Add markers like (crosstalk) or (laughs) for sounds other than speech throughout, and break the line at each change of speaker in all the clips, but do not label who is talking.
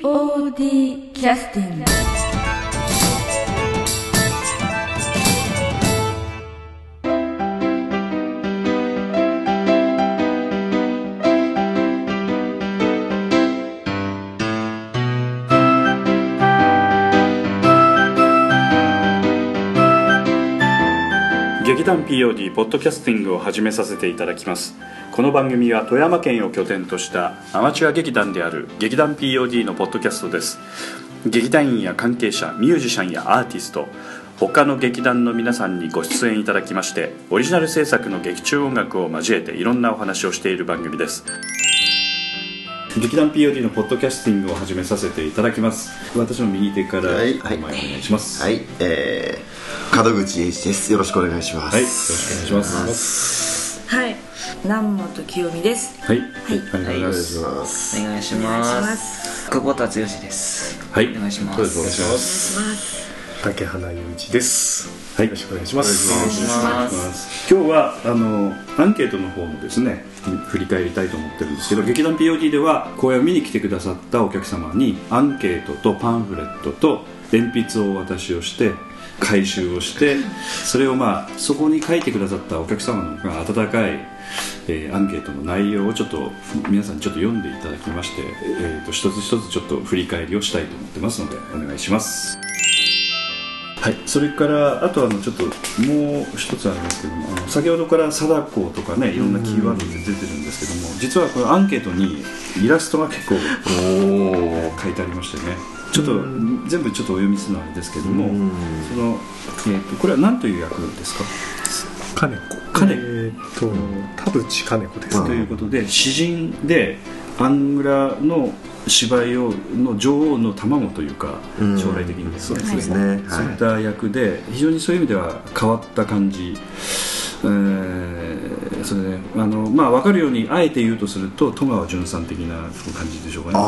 POD キャスティング
劇団 POD ポッドキャスティングを始めさせていただきますこの番組は富山県を拠点としたアマチュア劇団である劇団 POD のポッドキャストです劇団員や関係者ミュージシャンやアーティスト他の劇団の皆さんにご出演いただきましてオリジナル制作の劇中音楽を交えていろんなお話をしている番組です劇団 POD のポッドキャスティングを始めさせていただきます私の右手から
はい
お願いします
はい、えー、門口英一です。よろしくお願いします。
はいよろしくお願いします
はい南本清美です
はい、
い
ありがとうございます、
お願いします。
お願いし
お願いしま
ますす久保田剛です
はい
お願いしま
お願い
す
します。
竹花雄一です。
はい
よろしくお願いします。
今日はあのアンケートの方もですね振り返りたいと思ってるんですけど劇団 POD では公演を見に来てくださったお客様にアンケートとパンフレットと鉛筆をお渡しをして回収をしてそれをまあそこに書いてくださったお客様のまあ温かい、えーアンケートの内容をちょっと皆さんにちょっと読んでいただきまして、えー、と一つ一つちょっと振り返りをしたいと思ってますのでお願いします。はい、それからあとあのちょっともう一つありますけどもあの先ほどから貞子とかねいろんなキーワードで出てるんですけども実はこのアンケートにイラストが結構書いてありましてねちょっと全部ちょっとお読みするのはあれですけどもその、えー、とこれは何という役ですか
金子。
金
えーっと、田淵金子です
うん
とい
ね。
うことで詩人でアングラの芝居をの女王の卵というか
うん
将来的にですね
そうですね。
そういっ
は
た役で非常にそういう意味では変わった感じ、えーそれであのまあ分かるようにあえて言うとすると戸川潤さん的な感じでしょうかね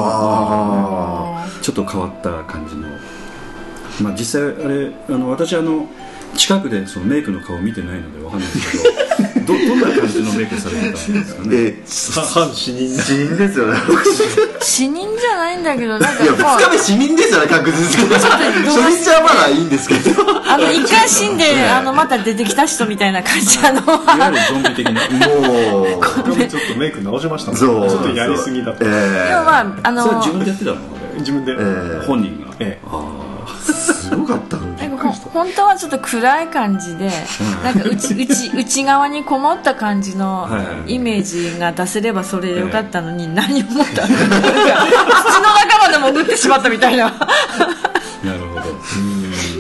あ
ちょっと変わった感じの、まあ、実際あれあの私あの近くでそのメイクの顔見てないので分かんないですけどどどんな感じのメイクされてたんですか
い。
ね
で、死
は半死人。
人ですよね。
死人じゃないんだけどなん
いや、
か
二
こ
日目死人ですよね、確実に。初日はまだいいんですけど。 (laughs) も
うあの一回死んであのまた出てきた人みたいな感じあの
いわゆるゾンビ的な
う、
僕もちょっとメイク直しましたもん。
そう。
ちょっとやりすぎだ
え
と。
要
え
はあの
それは自分でやってたのあ
自分で。
え
れ本人が、
ええ
ああ
すごかったの
なんかほん本当はちょっと暗い感じで、なん
(laughs)
か内内内側にこもった感じの
はいはいはい
イメージが出せればそれでよかったのに、何を思ったの (laughs) なんか土の中まで潜ってしまったみたいな
なるほど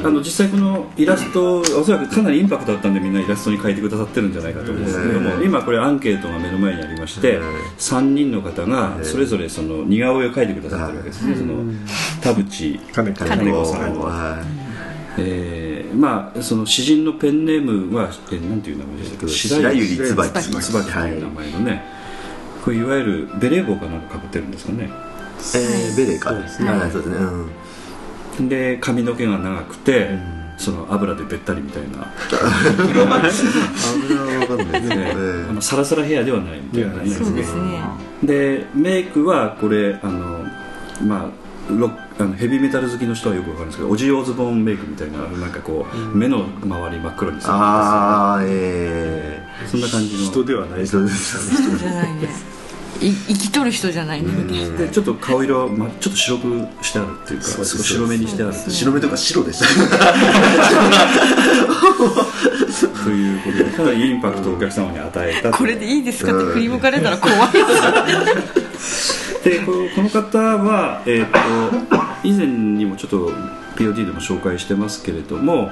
あの実際このイラストおそらくかなりインパクトあったんでみんなイラストに描いてくださってるんじゃないかと思うんですけども今これアンケートが目の前にありまして3人の方がそれぞれその似顔絵を描いてくださってるわけですねその田淵
金子。
金子
さん
は
えーまあその詩人のペンネームはえーなんていう名前でしたっけ
い。白百合
椿
椿。
椿と
はいい。
う名前のねこれいわゆるベレー帽かなんか被ってるんですかね
えー、ベレーか。はい、そうですね。うん。
で髪の毛が長くて、その油でべったりみたいな
油はわかんないです (laughs) ね。え
あのサラサラヘアではないみたいなね
では
そうですね
でメイクはこれあのまあロックあのヘビーメタル好きの人はよくわかるんですけどオジー・オズボーンメイクみたいななんかこう、目の周り真っ黒にする
あー、え
そんな感じの
人ではない
え。
です。
そうですよね。
じゃないねい生きとる人じゃないね、
でちょっと顔色、ま、ちょっと白くしてあるっていうか
そうです
少し白めにしてあるっていう
白目とか白でした。
(laughs) ということでかなりインパクトをお客様に与えたと
これでいいですかって振り向かれたら怖いです
でこのこの方は、えー、と以前にもちょっと POD でも紹介してますけれども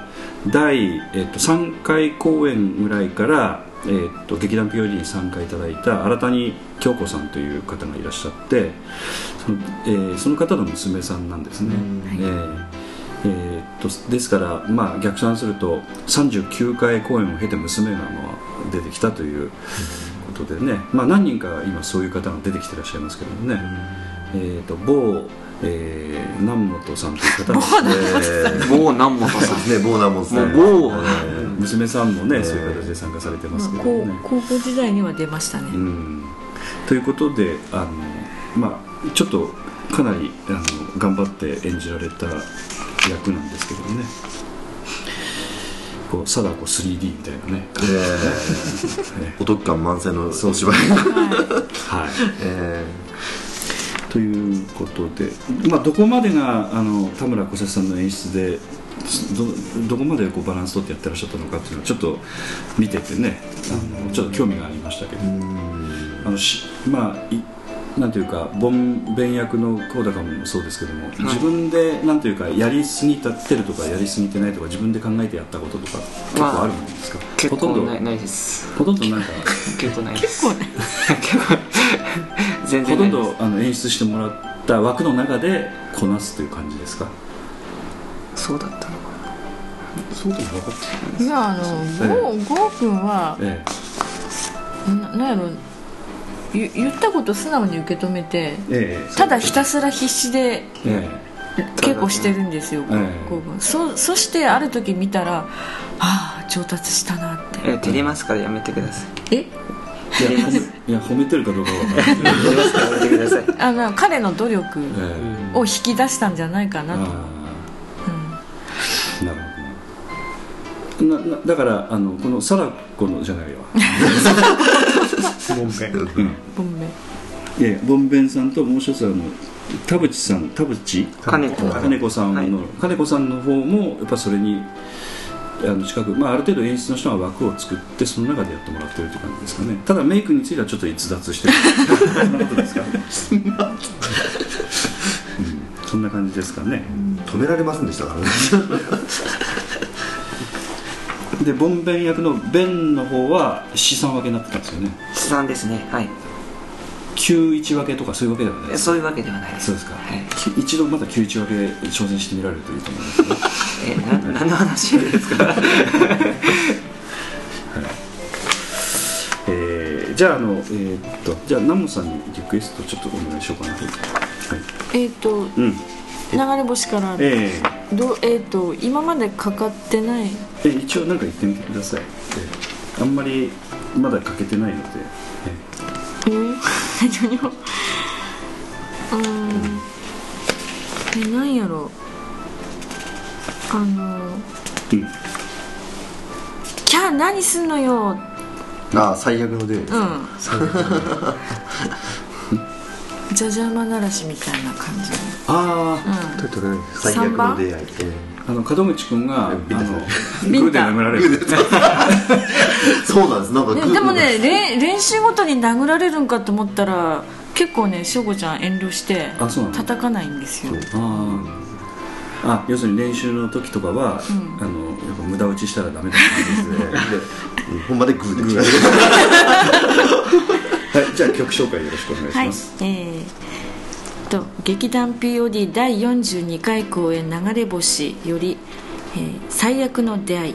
第、えー、と3回公演ぐらいから、えー、と劇団 POD に参加いただいた新谷京子さんという方がいらっしゃってその,、えーその方の娘さんなんですね。えーえーっとですから、まあ、逆算すると39回公演を経て娘がまあ出てきたということでね、まあ、何人か今そういう方が出てきてらっしゃいますけどもね、えーっと某、えー南本さんという方も、
(laughs) え
某南本さ
ー、ね、ボーナーもんですね
んもう某
えー娘さんもね、そういう形で参加されてますけどもね。
高校時代には出ました
う
ね
んということであの、まあ、ちょっとかなりあの頑張って演じられた役なんですけどねこう貞子 3D みたいなね、
ええ (laughs) お得感満載のお芝居
はい、
え
ということで、まあ、どこまでがあの田村小雪さんの演出でどどこまでこうバランス取ってやってらっしゃったのかっていうのはちょっと見ててねあのちょっと興味がありましたけど
えうん
あのしまあいなんていうかボン弁役の高高もそうですけども、自分でなんていうかやりすぎたってるとかやりすぎてないとか自分で考えてやったこととか結
まあ
構あるんですか、
結
ほとん
構
ど
ないないです
ほとんどなんか
結構ないです結構 (laughs)
ほとん
全然ないです
どあの演出してもらった枠の中でこなすという感じですか
そうだったのか
そうでもなかった
いやあのゴーゴー君は
え
ななんやろゆ言ったこと素直に受け止めて
ええ
ただひたすら必死で
ええ
稽古してるんですよ、
ええ
ゴー君そそしてある時見たらああ上達したなっ
え照れますからやめてください
てえ
えいやほんいや褒めてるかどうかは分からない
照れますからやめてください
あの彼の努力
ええ
を引き出したんじゃないかなと、
あ
うん
ーなるほどななだからあのこの貞子のじゃないわ
ボンペン
ごめん
いやいやボンベンさんともう一つあの田淵さん田淵
(laughs) 金子
金子さんの、
はい
金子さんの方もやっぱそれにあの近く、まあ、ある程度演出の人が枠を作ってその中でやってもらってるって感じですかねただメイクについてはちょっと逸脱
(laughs)
してるそんなことですか、うん、そんな感じですかね
止められませんでしたからね
でボンベン役のベンの方は資産分けになってたんですよね
資産ですねはい
91分けとかそういうわけではない
え
です
そういうわけではないです
そうですか
はい、
一度また91分け挑戦してみられるといいと思いますね
えな (laughs) 何の話ですか
えーじゃああのえーっとじゃあナモさんにリクエストちょっとお願いしようかなはい
えっ、と
うん
流れ星から
えー
どうえっ、と今までかかってない
えー一応なんか言ってみてください、えーあんまりまだ書けてないので、
(laughs) えー、何をうーんえなんやろあの
えーうん
「キャー何すんのよ」
(laughs) ああ最悪のデート
うんじゃじゃ馬ならしみたいな感じ
あ
う
取れない最悪
三番
の出会いえ
ああの門口君があのグ
ビンタされる
ビンタ
ーで殴られる
え (laughs) そうなんですなんかグ
ん、
ー
ね、でもねれん練習ごとに殴られるんかと思ったら結構ね翔子ちゃん遠慮して
あそうなんだ
叩かないんですよ
あーあ要するに練習の時とかは、
うん
あのやっぱ無駄打ちしたらダメだ
う
(laughs)
んほんまでグーで来た
なはいじゃあ曲紹介よろしくお願いし
はい、え
ます、
ーと劇団 POD 第42回公演「流れ星」より、えー最悪の出会い」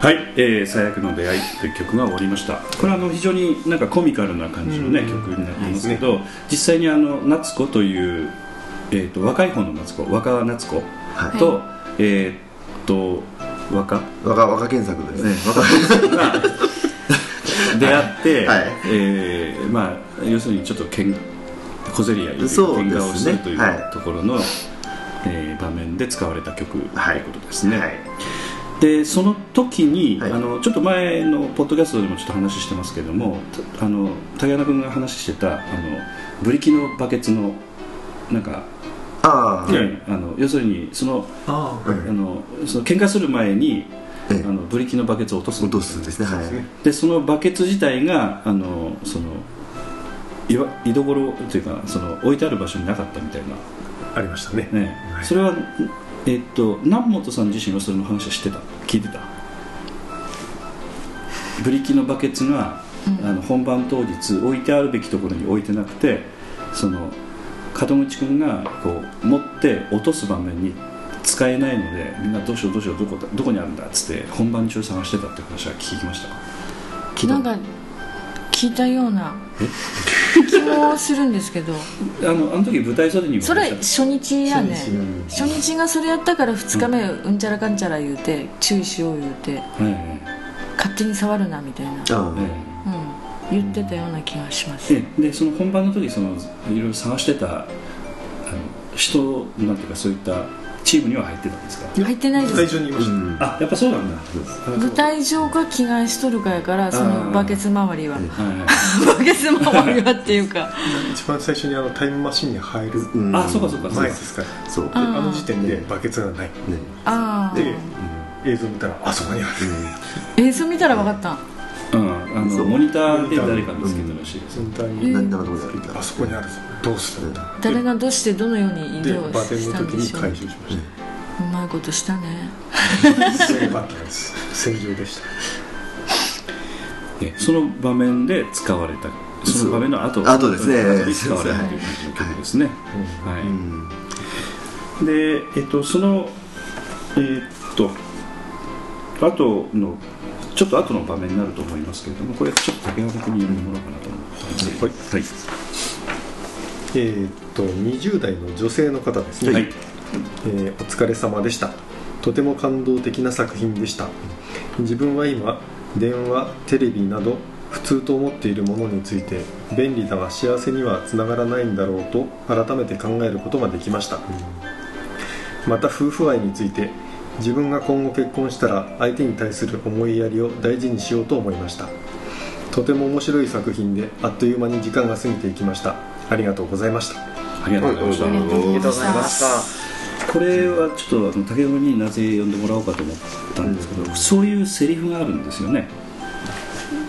はい、えー最悪の出会い」という曲が終わりましたこれはあの非常になんかコミカルな感じの、ね
うん
曲になってますけど、実際にあの夏子という、えー、と若い方の夏子若夏子
はい
と、えー、と若、
若若健作ですね
若君が
(laughs)
出会って、
はい
えーまあ、要するにちょっとけん小競り合いというか
そう
喧
ですね
嘩をしてるという
はい
ところの、えー場面で使われた曲という
はい
ことですね、
はい
でその時に、
はい
あのちょっと前のポッドキャストでもちょっと話してますけどもたあの竹山君が話してたあのブリキのバケツのなんか、
ああ、
いやあの要するにその
あ
う
あ
ん
のその喧嘩する前にあ
ええ
のブリキのバケツを落とす
落とすんですねはい
でそのバケツ自体があのそのいわ居所というかその置いてある場所になかったみたい
ありましたね
な、ね
はい
それは、えっと、南本さん自身はその話は知ってた聞いてたブリキのバケツが、あの本番当日置いてあるべきところに置いてなくてその門口君がこう持って落とす場面に使えないのでみんなどうしようどうしようどこだどこにあるんだっつって本番中探してたって話は聞きましたか聞いた
なんか聞いたような気もするんです
(laughs)
けど
あのあの時舞台袖にも
それ初日やね
初日うん
初日がそれやったから2日目うんちゃらかんちゃら言うて注意しよう言うて
ええ
勝手に触るなみたいな、
あ
え
あ
え
うん、言ってたような気がします、
ででその本番の時そのいろいろ探してたあの人なんていうかそういったチームには入ってたんですか
入ってないで
最
す
初に言いま
う
し
ん
あやっぱそうなんだ
舞台上が着替えしとるかやからそのバケツ周りは
はい
バケツ周りはっていうか
た一番最初にあのタイムマシンに入る
うん
あそうかそうかそう
前で
か
すから
そう
あ
ね
あの時点でバケツがない
ああ
で映像見たらあそこにある
映像見たら分かったん
うんあ
そ
の
う
モニターで誰か見つけたらしいです
センター
う
に
ん何だかどこにある
あそこにあるぞどうするんだ
誰がどうしてどのように移
で
動
バテン
し
の
たん
時
で
に
しょ
回
う
収しまし
うまいことしたね
たそれがバテンです戦場でした
でその場面で使われたその場面の後
後ですね
後に使われたという感じの曲ですねはい、
うん
で、えっと、その、えーっと、後の、ちょっと後の場面になると思いますけれども、これ、ちょっと竹山君に読んでもらおうかなと思って、はい、
えーっと20代の女性の方ですね、
はい、
えーお疲れ様でしたとても感動的な作品でした自分は今電話テレビなど普通と思っているものについて便利だが幸せにはつながらないんだろうと改めて考えることができました、また夫婦愛について自分が今後結婚したら相手に対する思いやりを大事にしようと思いましたとても面白い作品であっという間に時間が過ぎていきましたありがとうございました
ありがとうございました。
ありがとう
りがとうございました
これはちょっとあの竹山になぜ呼んでもらおうかと思ったんですけど、そういうセリフがあるんですよね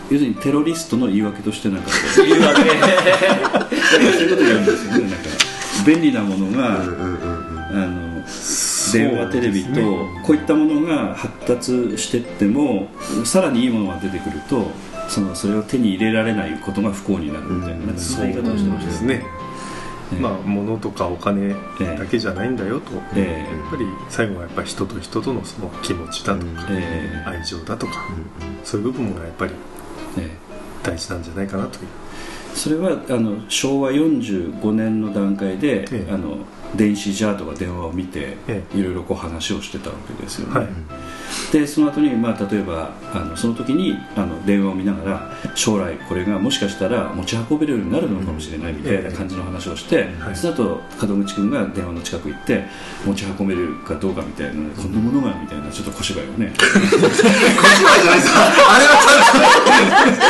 要するにテロリストの言い訳としてなんかこう (laughs)
言うわけ
そういうこと言うんですよねなんか便利なものが、
うんうんうんうん
あの電話テレビと、こういったものが発達してってもさらにいいものが出てくるとそのそれを手に入れられないことが不幸になるみたいな,、
うん
なんかそういう言い方をしてました
ですね、
うん
まあ物とかお金だけじゃないんだよと、
え
やっぱり最後はやっぱり人と人とのその気持ちだとか、
えええ
愛情だとか、そういう部分がやっぱり
え
大事なんじゃないかなという
えそれはあの昭和45年の段階で、
ええ
あの電子ジャーとか電話を見て、
え
いろいろこう話をしてたわけですよね、
はい、
でその後にまあ、例えばあのその時にあの電話を見ながら将来これがもしかしたら持ち運べるようになるのかもしれないみたいな感じの話をして、
はい
その後門口君が電話の近く行って持ち運べるかどうかみたいなこんなものがみたいなちょっと小芝居をね
小芝居じゃないですかあれ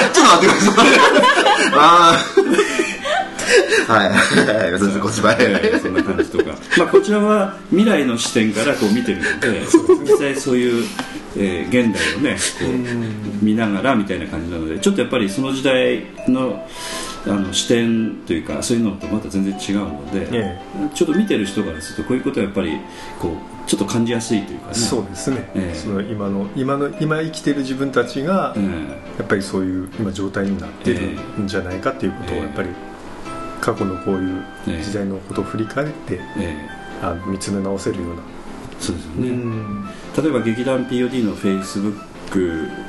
はちゃんとちょっと待ってくださいああはいはいはいそうです小芝居
えーそんな感じとか、まあ、こちらは未来の視点からこう見てるので実際そういう、えー現代をねこう見ながらみたいな感じなのでちょっとやっぱりその時代のあの視点というかそういうのとまた全然違うので。
え
ちょっと見てる人からするとこういうことはやっぱりこうちょっと感じやすいというかね
えそうですね、
ええ
その今の今の今生きてる自分たちが
え
やっぱりそういう今状態になってるんじゃないかっていうことを
ええ
やっぱり過去のこういう
ええ
時代のことを振り返って
ええ
あの見つめ直せるような、
えそうですよね、例えば劇団 POD のフェイスブック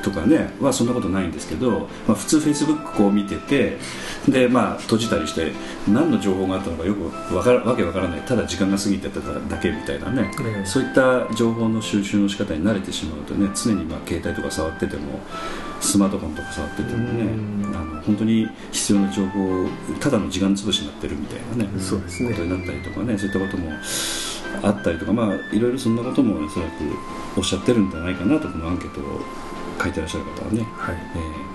とかねはそんなことないんですけど、まあ、普通フェイスブックこう見ててでまあ閉じたりして何の情報があったのかよくわからわけわからないただ時間が過ぎてただけみたいなね、
うん
そういった情報の収集の仕方に慣れてしまうとね常にまあ携帯とか触っててもスマートフォンとか触っててもね、
うん
あの本当に必要な情報をただの時間潰しになってるみたいなね、
そうですね
ことになったりとかねそういったこともあったりとかまあいろいろそんなこともおそらくおっしゃってるんじゃないかなとこのアンケートを書いてらっしゃる方はね、
はい
えー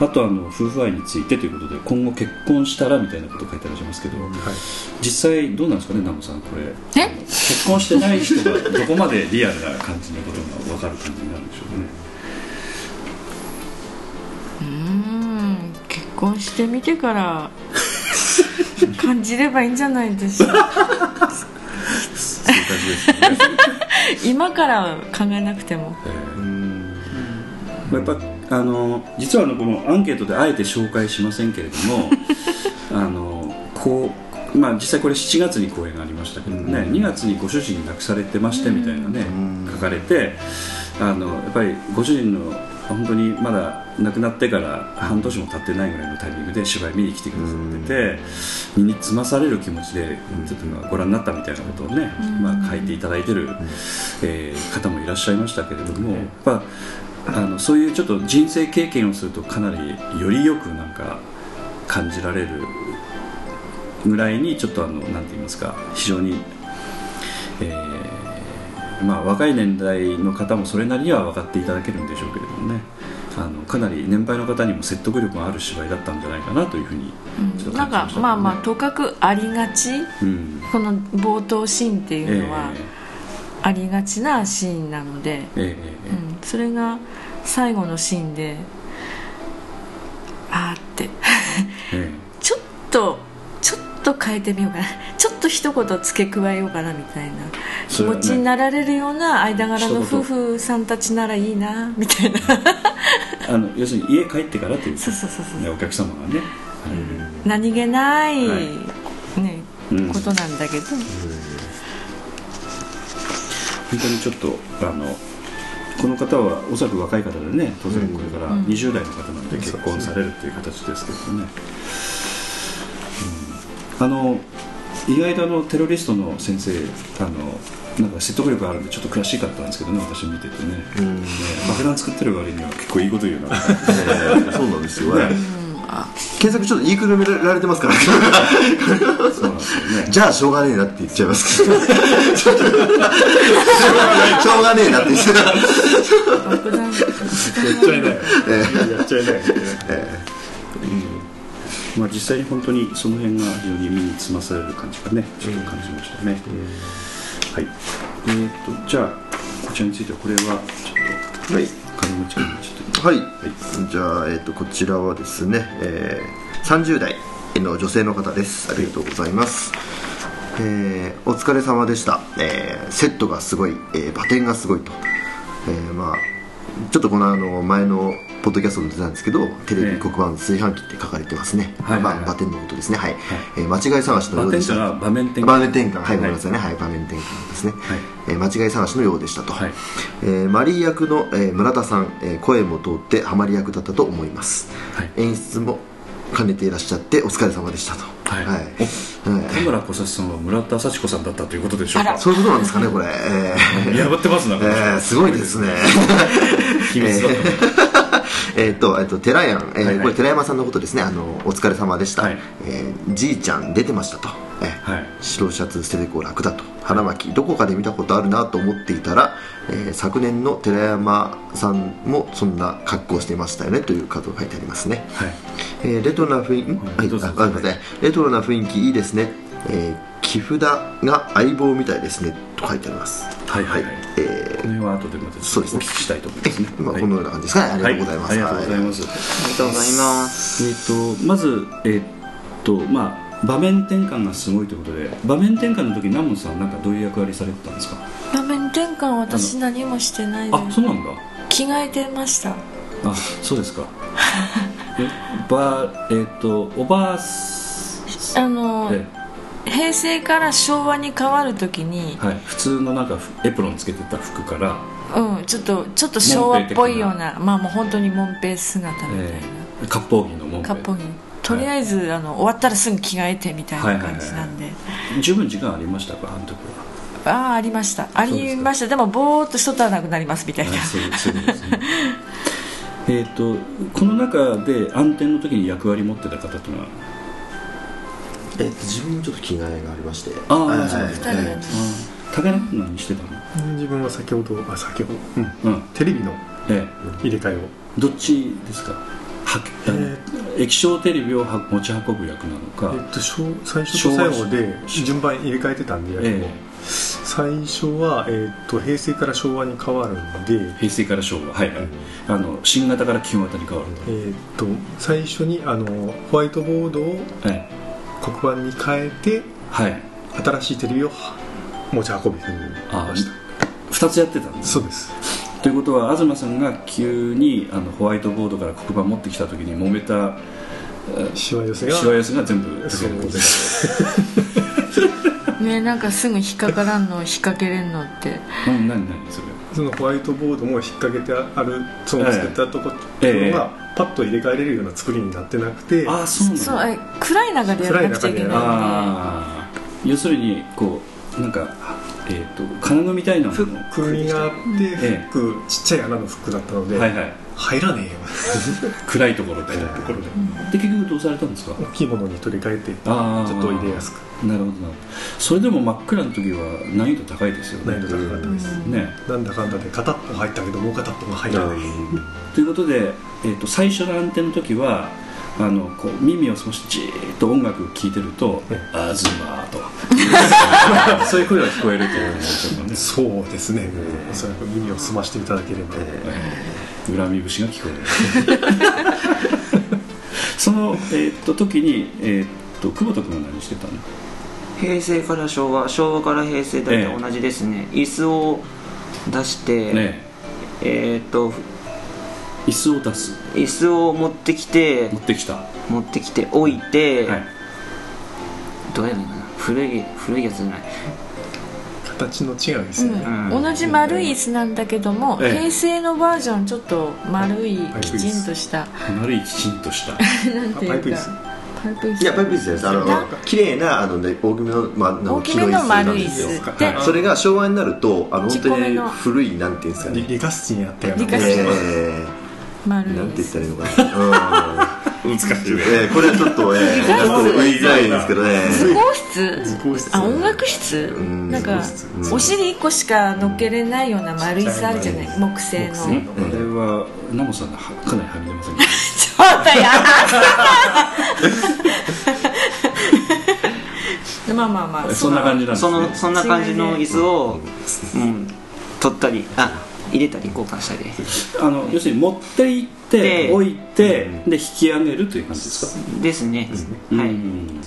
あとあの夫婦愛についてということで今後結婚したらみたいなこと書いてらっしゃいますけど実際どうなんですかねナムさんこれ
え
結婚してない人がどこまでリアルな感じのことが分かる感じになるんでしょうね
うーん結婚してみてから
(laughs)
感じればいいんじゃないでしょうか
そういう感じですよね
今から考えなくても
やっぱあの実はあのこのアンケートであえて紹介しませんけれど
(laughs)
もあのこう、まあ、実際これ7月に公演がありましたけどね、
うん
2月にご主人亡くされてましてみたいなね、
うん
書かれてあのやっぱりご主人の本当にまだ亡くなってから半年も経ってないぐらいのタイミングで芝居見に来てくださってて身につまされる気持ちでちょっとまあご覧になったみたいなことをね、
うん
まあ、書いていただいてる、えー方もいらっしゃいましたけれども、やっぱあのそういうちょっと人生経験をするとかなりよりよくなんか感じられるぐらいにちょっとあのなんて言いますか非常に、えーまあ、若い年代の方もそれなりには分かっていただけるんでしょうけれどもねあのかなり年配の方にも説得力がある芝居だったんじゃないかなというふうに、ちょっと感じましたね
なんかまあまあとかくありがち
うん
この冒頭シーンって
え
いうのは
ー
ありがちなシーンなので、
えーえ
う
ー
ん、それが最後のシーンであーって
え
ちょっとちょっと変えてみようかなちょっと一言付け加えようかなみたいな
ー
気
それは
持
ね
ちになられるような間柄の
一言
夫婦さんたちならいいなみたいな
あの要するに家帰ってからという
そうそうそうそう
ねお客様がね、
何気ない、
は
ね
うん
ことなんだけど、
本当にちょっとあのこの方はおそらく若い方でね当然これから
うん
20代の方なので
うん
結婚されるという形ですけどね、うんあの意外とあのテロリストの先生あのなんか説得力あるんでちょっと悔しかったんですけどね私見ててね,、ね爆弾作ってる割には結構いいこと言うな
ええそうなんですよ、
ね
検索ちょっと言いくるめられてますから
そうなんですよね
じゃあしょうがねえなって言っちゃいます (laughs) けどちょっとしょうがねえなって言っちゃいます
爆弾
やっちゃいないやっちゃいないまあ実際に本当にその辺が非常に身につまされる感じがねちょっと感じましたね、はいえー、とじゃあこちらについてはこれはちょっ
はい
と金持ち君にちょっと
はい、じゃあ、えっとこちらはですね、えー、30代の女性の方ですありがとうございます、えーお疲れ様でした、えーセットがすごい、えー、バテンがすごいと、えーまあちょっとこのあの前のポッドキャストでも出たんですけどテレ
ええ
ビ黒板炊飯器って書かれてますね、
はいはいはい
まあ、バテンのことですねはい、えー間違い探しのよ
バ
う
テ
で
ン
した
とは場面転換
場面転換はい、
は
ご
い
めんなさいねはい場面転換ですね、
はい
えー間違い探しのようでしたと、
はい
えーマリー役の、えー村田さん、えー声も通ってハマり役だったと思います、
はい
演出も兼ねていらっしゃってお疲れ様でしたと
はい
はいはい
田村小幸さんは村田幸子さんだったということでしょうか
そういうことなんですかねこれ、えー
やばってますな、
えーすごいで
(laughs)
すね
秘密だったね
えーっと、えーっと、寺山、えー
はいはい
これ寺山さんのことですねあのお疲れ様でした、
はい
えーじいちゃん出てましたと、えー
はい
白シャツ捨ててこう楽だと腹巻きどこかで見たことあるなと思っていたら、えー昨年の寺山さんもそんな格好をしていましたよねというカードが書いてありますね、
はい
えーレトロな雰囲気、
はい
はい
どうぞ
あごめんなさいレトロな雰囲気いいですね、えー、木札が相棒みたいですねと書いてあります
はいはいはい
え
この辺は後でまたちょっとお聞きしたいと思いますね
ーまあ、
はい
このような感じですかね、ありがとうございます、
はい、ありがとうございます、
りがとうございます。
えー、とまず、えーっとまあ、場面転換がすごいということで場面転換の時ナモンさんなんかどういう役割されてたんですか
画面転換私何もしてないで
あそうなんだ
着替えてました
あそう (laughs) ですかえばえーっとおばあさん
あの
え
平成から昭和に変わるときに
はい、普通のなんかふエプロンつけてた服から
うんちょっとちょっと昭和っぽいようなまあもう本当にもんぺい姿みたいな、
えー、割烹着のもん
カッポギとりあえず、あの終わったらすぐ着替えてみたいな感じなんで、
十分時間ありましたかあの時は
ああありましたありましたでもぼーっとしとったらなくなりますみたいな、
はいそうそうですねえっとこの中で暗転の時に役割持ってた方っていうのは
えっと自分もちょっと着替えがありまして
ああ
はい
そう
はい
です
二人で
武田君何してたの
自分は先ほどあ先ほど、うん、
うん
テレビの
え
入れ替えを
えどっちですかはあの
え
液晶テレビをは持ち運ぶ役なのか
えっと小最初と最後で順番入れ替えてたんで役
え
も、最初は、えっと平成から昭和に変わるんで
え、平成から昭和はいはいあの新型から旧型に変わる
えっと最初にあのホワイトボードを
え
黒板に変えて
えはい
新しいテレビを持ち運び
あ
ました
2つやってたんです
そうです
ということは東さんが急にあのホワイトボードから黒板持ってきた時に揉めた
しわ寄せが
しわ寄せが全部
そ
武
う
田君
です
ねなんかすぐ引っかからんの引っ掛けれんのって
うん何何それ
そのホワイトボードも引っ掛けてあるその作ったところが、
ええ
パッと入れ替えれるような作りになってなくて
ああそうなんだ
そうえ暗い中でやらなくちゃいけないんで
あー要するにこうなんかえっ、と金具みたいなもの
フックにがあって、
ええ
フックちっちゃい穴のフックだったので、
はいはい
入らねえよ
暗いところで
みたいなところで
で結局どうされたんですか
大きいものに取り替えてち
あー
ょっと入れやすく
なるほどなるほどそれでも真っ暗の時は難易度高いですよね
難易度高かったです、
うん
ね
なんだかんだで片っぽ入ったけどもう片っぽが入らない、
ということで、えー、と最初の暗転の時はあのこう耳を少しじーっと音楽聴いてると
ええ
「あずま」と
(laughs)
(laughs) そういう声が聞こえるということでしょ
そうですね、おそらく耳を澄ましていただければ、
うかねえー恨み節が聞こえる (laughs) その、えー、と時に、えー、と久保田君は何してたの
平成から昭和昭和から平成だ
ええ
と同じですね、椅子を出して、
ね
えーっと
え椅子を出す
椅子を持ってきて
持ってきた、は
持ってきて置いて、
い、
どうやるのかな古い古いやつじゃない
形の違うですね、
うん、同じ丸い椅子なんだけども、
ええ
平成のバージョンちょっと丸いきちんとした、
丸いきちんとした
なんていうか
パイプ椅子
パイプ椅子
いやパイプ椅子ですあの
なん
綺麗なあの、ね、大きめの,、まあ、あの
大
黄
き
色
め
い椅
の
子な
丸
ん
い
で
椅
すよ
子で、
それが昭和になるとあの本
ちっこ
当
め
に
の
古いなんていうんですか
リ
ね
リガスチンやったよう
リ
な
ガスチン
え
丸
ー、
い
なんて
椅
言っ
子
たらいいのかな、
難し
うんえー、これはちょっとえー、なんとも言いづらいんですけどね
図工室
図工室
あ音楽室
うん
なんか
図工室
お尻1個しか乗っけれないような丸い椅子あるじゃない木製の
木
(laughs) ち
製
ょ
の
っ
これはナモさんがはかなりはみ出ませんか
とやだまあまあまあ
そんな感じなんです
そ
ね
のそんな感じの椅子を、うん、取ったりあ入れたり交換したり
あの要するに持って行って
で
置いて、で引き上げるという感じですか、
ですね、はい、
うんで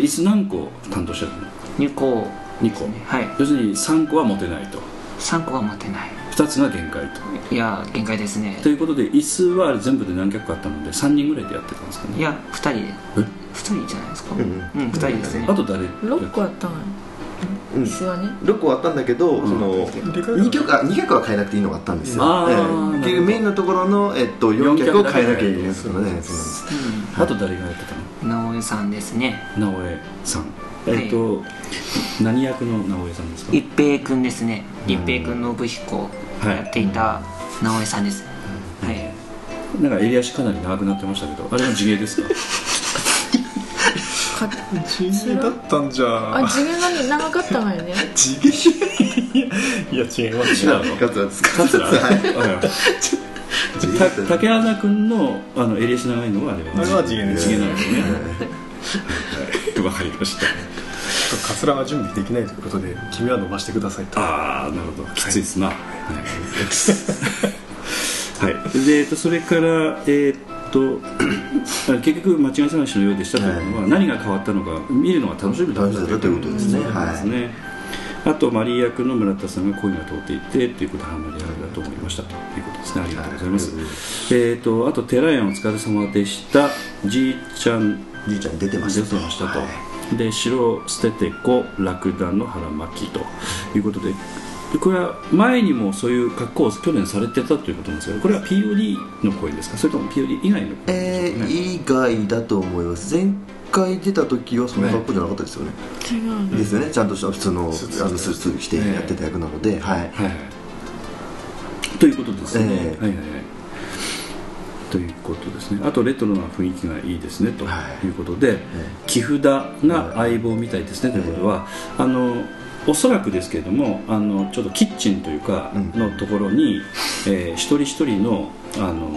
椅子何個担当してたの
2個
2個
はい
要するに3個は持てないと
3個は持てない
2つが限界と
いや限界ですね
ということで椅子は全部で何脚かあったので3人ぐらいでやってたんですか
い
ね
や2人で
え
2人じゃないですかうんん2人ですね
あと誰
6個あったのよ
うん
椅子はね
6個あったんだけど、その
でかいの
2曲あ二曲は変えなくていいのがあったんですよ、
あー
え
なるほど
えっていうメインのところの、えっと、4曲を変えなきゃいけないんですからねそう
あと誰がやってたの
うん直江さんですね
直江さんえっ、と、何役の直江さんですか
一平君ですね一平君信彦をやっていた直江さんです、はい
なんか襟足かなり長くなってましたけどあれは地毛ですか
か
地毛だったんじ
あ
ゃ
地毛がね長かったのよね
地毛 (laughs) いや違います
違うの
なんですか
桂はいた
違う
竹原君のあの襟足長いのはあれは
あれは地毛です
地毛なんですねはいわかりました
ちょっとカツラが準備できないということで君は伸ばしてくださいと
ああなるほどきついですなはい、はい、で、えっと、それからえーっとあ結局間違い探しのようでしたというのは、何が変わったのか見るのが楽しみだった
楽しみだったということですねはい
ですねあとマリー役の村田さんが恋が通っていてということはあんまりあれだと思いましたということですねありがとうございます、えーっとあと寺屋お疲れ様でしたじいちゃん
じいちゃん出てました
出てましたと、
はい
で白捨ててこラクダの腹巻きということででこれは前にもそういう格好を去年されてたということなんですけどこれは POD の声ですかそれとも POD 以外の声で
え
すかね、
ー、以外だと思います前回出た時はその格好じゃなかったですよね、
違う
ですよねちゃんとした普通のあのス
スーツ
ーツ着てやってた役なので、はい
はいということですね、
ええ
はいはいはいということですねあとレトロな雰囲気がいいですねと
はい
いうことで、木札が相棒みたいですね、ということは、あのおそらくですけれどもあのちょっとキッチンというか
うん
のところに、えー一人一人のあの、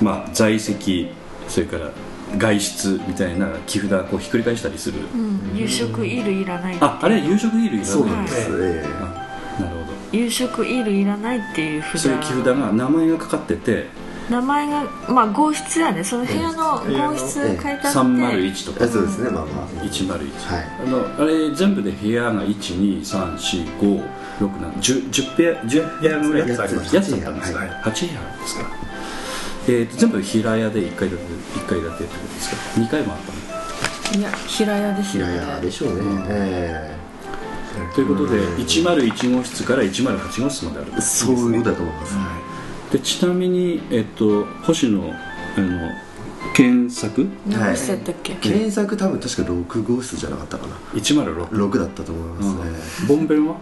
まあ、在籍それから外出みたいな木札をこうひっくり返したりする、
うん、夕食いるいらない
ああれは夕食衣類
そう
な
なんん
で
ですす、ええ
あなるほど
夕食いるいらないっていう札
それ木札が名前がかかってて
名前がまあ号室やねその部屋の号室書いてあって
301とか
えそうですねまあまあ
101、
はい
あのあれ全部で部屋が123456710 10部屋10部屋ぐらい
やつありま
し
や
た
つだったんですか、
はい
8部屋ですか、えー、と全部平屋で1階建て1階建てってことですか2階もあったの
いや平屋です
い
よ
やいやでしょうね、え
ということで、101号室から108号室まであるんで
え
す
そういうことだと思います、
でちなみに、えっと、星野あの検索
何号室やったっけ、
検索多分確か6号室じゃなかったかな
106、
6だったと思いますね、
うん、ボンベンは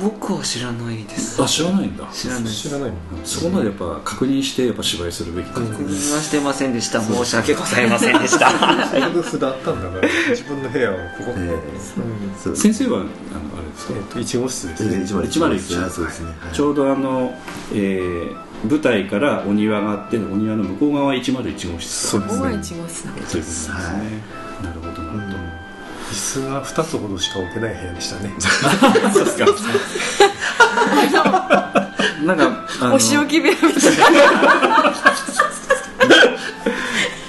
僕は知らないです
あ知らないんだ
知らない
知らないもん
そこまでやっぱ確認してやっぱ芝居するべきだと
確認はしてませんでした申し訳ございませんでした
せっかく札あったんだから自分の部屋をここに、
え
うん
そう
先生はあのあれですか
えっと1号室で
え
す
え
ね、
101です
101
ねそうですね、はい
ちょうどあの、えー舞台からお庭があってお庭の向こう側は101号室
そう
と
です
大
ね
井一号室なんだ
いうことですね、
は
なるほどなるほ
椅子が2つほどしか置けない部屋でしたね
ど、そうですかなんかあの
お仕置き部屋みたいな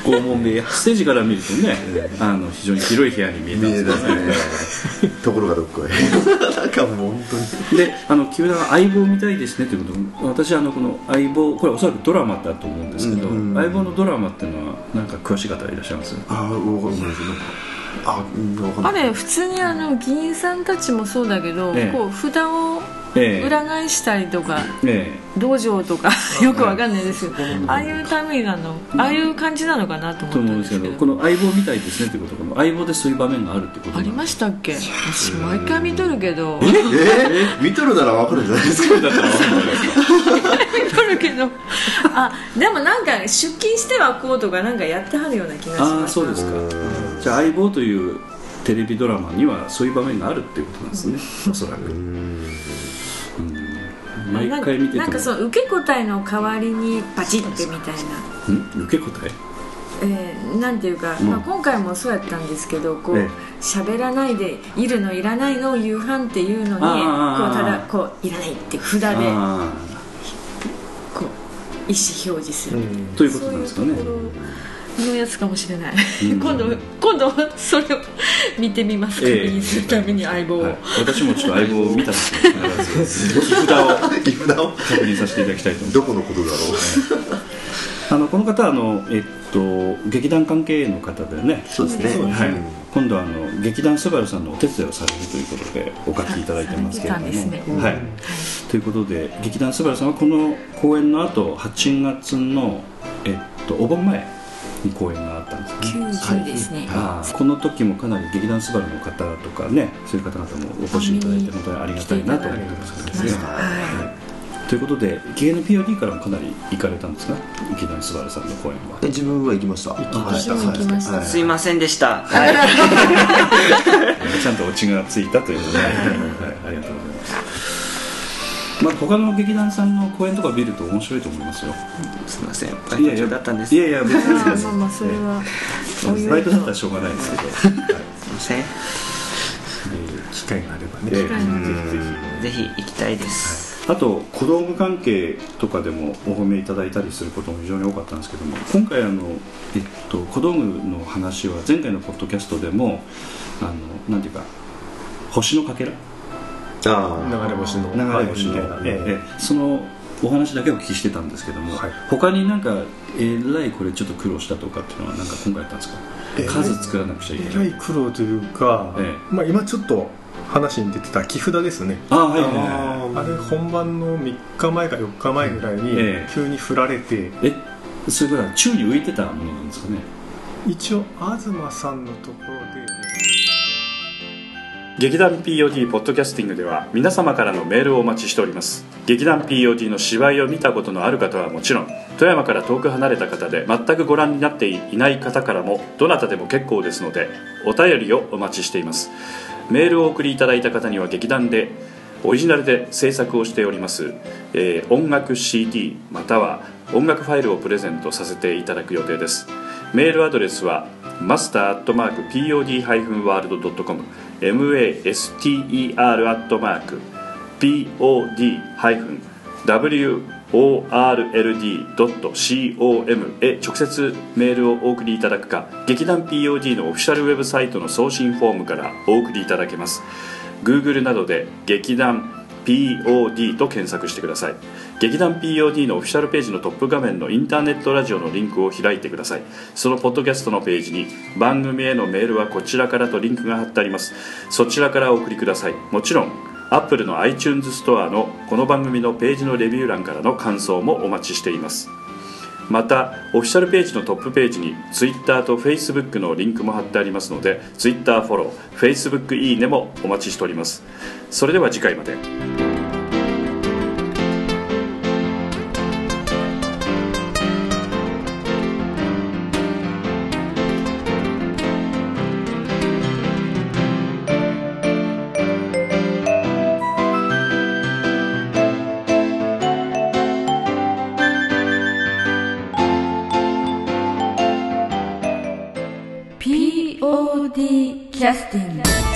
拷問部屋ステージから見るとねあの非常に広い部屋に見えたん
見
で
え
すけどね
ますねところがどっこへ (laughs) なんかもう本当に
であの木村が相棒みたいですねということ私あのこの相棒これおそらくドラマだと思うんですけど、
うん
相棒のドラマっていうのはなんか詳しい方いらっしゃいます
ああ分かんないですなんかあうん分かんな
あ
い
れ普通にあの議員さんたちもそうだけど、
ええ
こう札を
ええ
裏返したりとか、
え
道場とかよくわかんないですけどああいうためなのああいう感じなのかなと
え
思
と
った
思うんで
んです
け
すけ
ど
ど
この相棒みたいですねということが相棒でそういう場面があるってことな
あ
ん
りま
し
したっけ私毎回見とるけど
えー、見とるなら分かるんじゃない (laughs) ですか
ただからわかんないです
見とるけどあでもなんか出勤してはこうとかなんかやってはるような気がします
ああそうですかじゃあ相棒というテレビドラマにはそういう場面があるっていうことなんですねおそらくうん毎回見てても
なんかその受け答えの代わりにパチってみたいな、
ん受け答え
えーなんていうか、
うん
まあ、今回もそうやったんですけどこう
ええ
喋、らないで「いるのいらないの」夕飯っていうのにこう
あー
ただこう「いらない」って札で
あ
こう意思表示する、
あということなんですかね
そういうところのやつかもしれない
うん
(laughs) 今度今度それを見てみます確
ええ
認するために相棒を、
はい、私もちょっと相棒を見たんですけど木札
(laughs)
を
岐阜だを
確認させていただきたいと思います
どこのことだろ
あのこの方はあの、えっと、劇団関係の方でね
うそうですね
はい
うん、
今度はあの劇団スバルさんのお手伝いをされるということでお書きいただいてますけれども、
されてたんですね
はい、ということで劇団スバルさんはこの公演の後8月の、えっと、お盆前に公演があったんですね
90ですね、
あーこの時もかなり劇団スバルの方とかねそういう方々もお越しいただいて本当にありがたいなと思ってますけどね
来ていただきました
はいということで劇団の POD からもかなり行かれたんですが劇団スバルさんの公演は
え自分は行きました行
きました
私も行きました
すいませんでした、はい
ちゃんとオチがついたということで、はい、ありがとうございます。まあ、他の劇団さんの公演とか見ると面白いと思いますよ。
すいませんバイト中だったんです
いやいや、別
まあ
に。
まあまあそれはおいおいと
バイトだったらしょうがないですけど。
すいません
機会があればね、
ええ
ぜひ行きたいです、
あと小道具関係とかでもお褒めいただいたりすることも非常に多かったんですけども今回あの、えっと、小道具の話は前回のポッドキャストでもあのなんていうか星のかけら
あ
流れ星の
流れ星の、
え
え
え
えそのお話だけお聞きしてたんですけども、
はい
他になんかえらいこれちょっと苦労したとかっていうのはなんか今回あったんですか数作らなくちゃいけ
え
ない
らい苦労というか、
え
まあ、今ちょっと話に出てた木札ですね
ああはいはい
あ
は
れ本番の3日前か4日前ぐらい
え
に
え
急に振られて、
いえそれから宙に浮いてたものなんですかね
一応東さんのところで
劇団 POD ポッドキャスティングでは皆様からのメールをお待ちしております劇団 POD の芝居を見たことのある方はもちろん富山から遠く離れた方で全くご覧になっていない方からもどなたでも結構ですのでお便りをお待ちしていますメールをお送りいただいた方には劇団でオリジナルで制作をしております、えー音楽 CD または音楽ファイルをプレゼントさせていただく予定ですメールアドレスはマスターアットマーク POD-world.com master アットマーク pod-world.com へ直接メールをお送りいただくか劇団 POD のオフィシャルウェブサイトの送信フォームからお送りいただけます Google などで劇団 POD と検索してください劇団 POD のオフィシャルページのトップ画面のインターネットラジオのリンクを開いてくださいそのポッドキャストのページに番組へのメールはこちらからとリンクが貼ってありますそちらからお送りくださいもちろん Apple の iTunes ストアのこの番組のページのレビュー欄からの感想もお待ちしていますまたオフィシャルページのトップページに Twitter と Facebook のリンクも貼ってありますので Twitter フォロー Facebook いいねもお待ちしておりますそれでは次回まで
ー POD キャスティング